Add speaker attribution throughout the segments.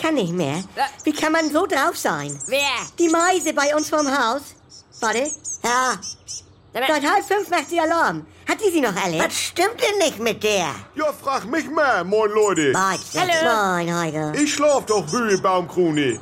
Speaker 1: kann nicht mehr. Wie kann man so drauf sein?
Speaker 2: Wer?
Speaker 1: Die Meise bei uns vom Haus. Warte. Ja, seit halb fünf macht sie Alarm. Hat die sie noch alle?
Speaker 3: Was stimmt denn nicht mit der?
Speaker 4: Ja, frag mich mal, moin Leute.
Speaker 3: Beizig.
Speaker 2: Hallo.
Speaker 1: Moin, Heiko.
Speaker 4: Ich schlaf doch, Höhebaumkrone.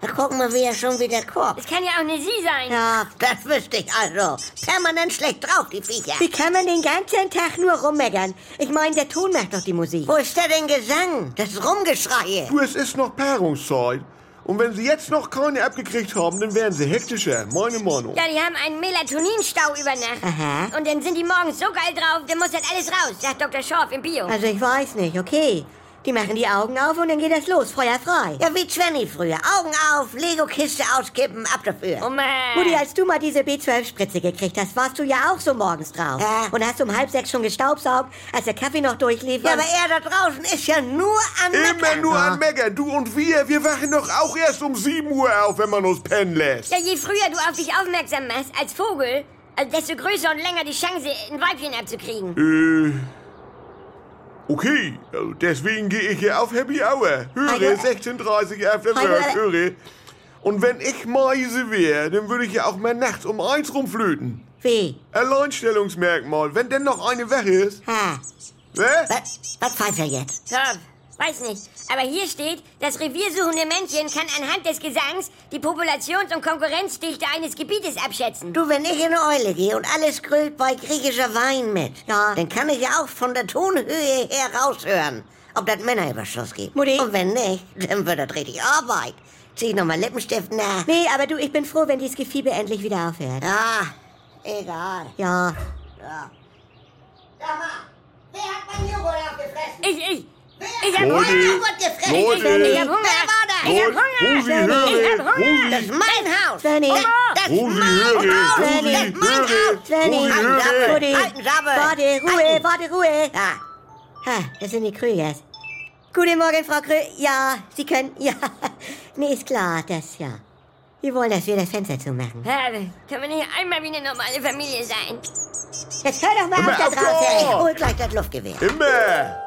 Speaker 3: Da gucken wir, wie er schon wieder guckt.
Speaker 2: Es kann ja auch eine Sie sein.
Speaker 3: Ja, das wüsste ich also. Permanent schlecht drauf, die Viecher.
Speaker 1: Wie kann man den ganzen Tag nur rummeckern? Ich meine, der Ton macht doch die Musik.
Speaker 3: Wo ist der denn Gesang? Das Rumgeschreie.
Speaker 4: Du, es ist noch Paarungszeit. Und wenn sie jetzt noch keine abgekriegt haben, dann werden sie hektischer. Meine Meinung.
Speaker 2: Ja, die haben einen Melatoninstau über Nacht.
Speaker 1: Aha.
Speaker 2: Und dann sind die morgens so geil drauf, dann muss das alles raus, sagt Dr. Schorf im Bio.
Speaker 1: Also ich weiß nicht, okay. Die machen die Augen auf und dann geht das los, Feuer frei.
Speaker 3: Ja, wie Jenny früher. Augen auf, Lego-Kiste auskippen, ab dafür.
Speaker 2: Oh man.
Speaker 1: Mutti, als du mal diese B12-Spritze gekriegt hast, warst du ja auch so morgens drauf.
Speaker 3: Ja.
Speaker 1: Und hast um halb sechs schon gestaubsaugt, als der Kaffee noch durchlief.
Speaker 3: ja,
Speaker 1: und-
Speaker 3: aber er da draußen ist ja nur an
Speaker 4: Immer
Speaker 3: Meckern.
Speaker 4: nur an Meckern. Du und wir, wir wachen doch auch erst um 7 Uhr auf, wenn man uns pennen lässt.
Speaker 2: Ja, je früher du auf dich aufmerksam machst als Vogel, also desto größer und länger die Chance, ein Weibchen abzukriegen.
Speaker 4: Äh. Okay, also deswegen gehe ich hier auf Happy Hour. Höre,
Speaker 1: Heide-
Speaker 4: 16.30 After Work,
Speaker 1: Heide-
Speaker 4: höre. Und wenn ich Meise wäre, dann würde ich ja auch mal nachts um eins rumflöten.
Speaker 1: Wie?
Speaker 4: Alleinstellungsmerkmal, wenn denn noch eine weg ist. ne?
Speaker 1: Ha.
Speaker 4: Hä?
Speaker 3: Was, was pfeift er jetzt?
Speaker 2: Schorf, weiß nicht. Aber hier steht, das reviersuchende Männchen kann anhand des Gesangs die Populations- und Konkurrenzdichte eines Gebietes abschätzen.
Speaker 3: Du, wenn ich in eine Eule gehe und alles grölt bei griechischer Wein mit,
Speaker 1: Ja.
Speaker 3: dann kann ich ja auch von der Tonhöhe her raushören, ob das Männerüberschuss gibt.
Speaker 1: Mutti.
Speaker 3: Und wenn nicht, dann wird das richtig Arbeit. Zieh ich nochmal Lippenstift nach.
Speaker 1: Nee, aber du, ich bin froh, wenn dieses Gefiebe endlich wieder aufhört.
Speaker 3: Ja, egal.
Speaker 1: Ja.
Speaker 3: Ja. Sag mal, wer hat mein Joghurt abgefressen?
Speaker 2: Ich, ich,
Speaker 3: Wer
Speaker 2: Ich hab
Speaker 3: hat mein
Speaker 4: Leute.
Speaker 3: Joghurt gefressen?
Speaker 4: Leute.
Speaker 2: ich hab Hunger.
Speaker 3: Wer war das?
Speaker 2: Ich hab
Speaker 4: Rosi,
Speaker 2: Hunger.
Speaker 4: Rosi,
Speaker 2: ich
Speaker 4: höre.
Speaker 2: hab Hunger.
Speaker 3: Das ist mein Haus.
Speaker 1: Svenny.
Speaker 3: Und Das ist
Speaker 4: Rosi,
Speaker 3: mein
Speaker 4: höre.
Speaker 3: Haus. Das
Speaker 4: Rosi,
Speaker 3: ist mein
Speaker 4: höre.
Speaker 3: Haus.
Speaker 1: Svenny.
Speaker 4: Rosi, höre.
Speaker 1: Mutti.
Speaker 3: Halten Sabel. Ah.
Speaker 1: Warte, Ruhe,
Speaker 3: Halten.
Speaker 1: warte, Ruhe.
Speaker 3: Ja.
Speaker 1: Ha, das sind die Krügers. Guten Morgen, Frau Krö. Ja, Sie können, ja. Nee, ist klar, das, ja. Sie wollen, dass wir das Fenster zumachen.
Speaker 2: Ja, Äh, können wir nicht einmal wie eine normale Familie sein?
Speaker 1: Jetzt hör doch mal
Speaker 4: Hör
Speaker 1: auf,
Speaker 4: mal
Speaker 1: da
Speaker 4: auf,
Speaker 1: draußen.
Speaker 4: ja.
Speaker 3: Ich hol gleich das Luftgewehr.
Speaker 4: Immer.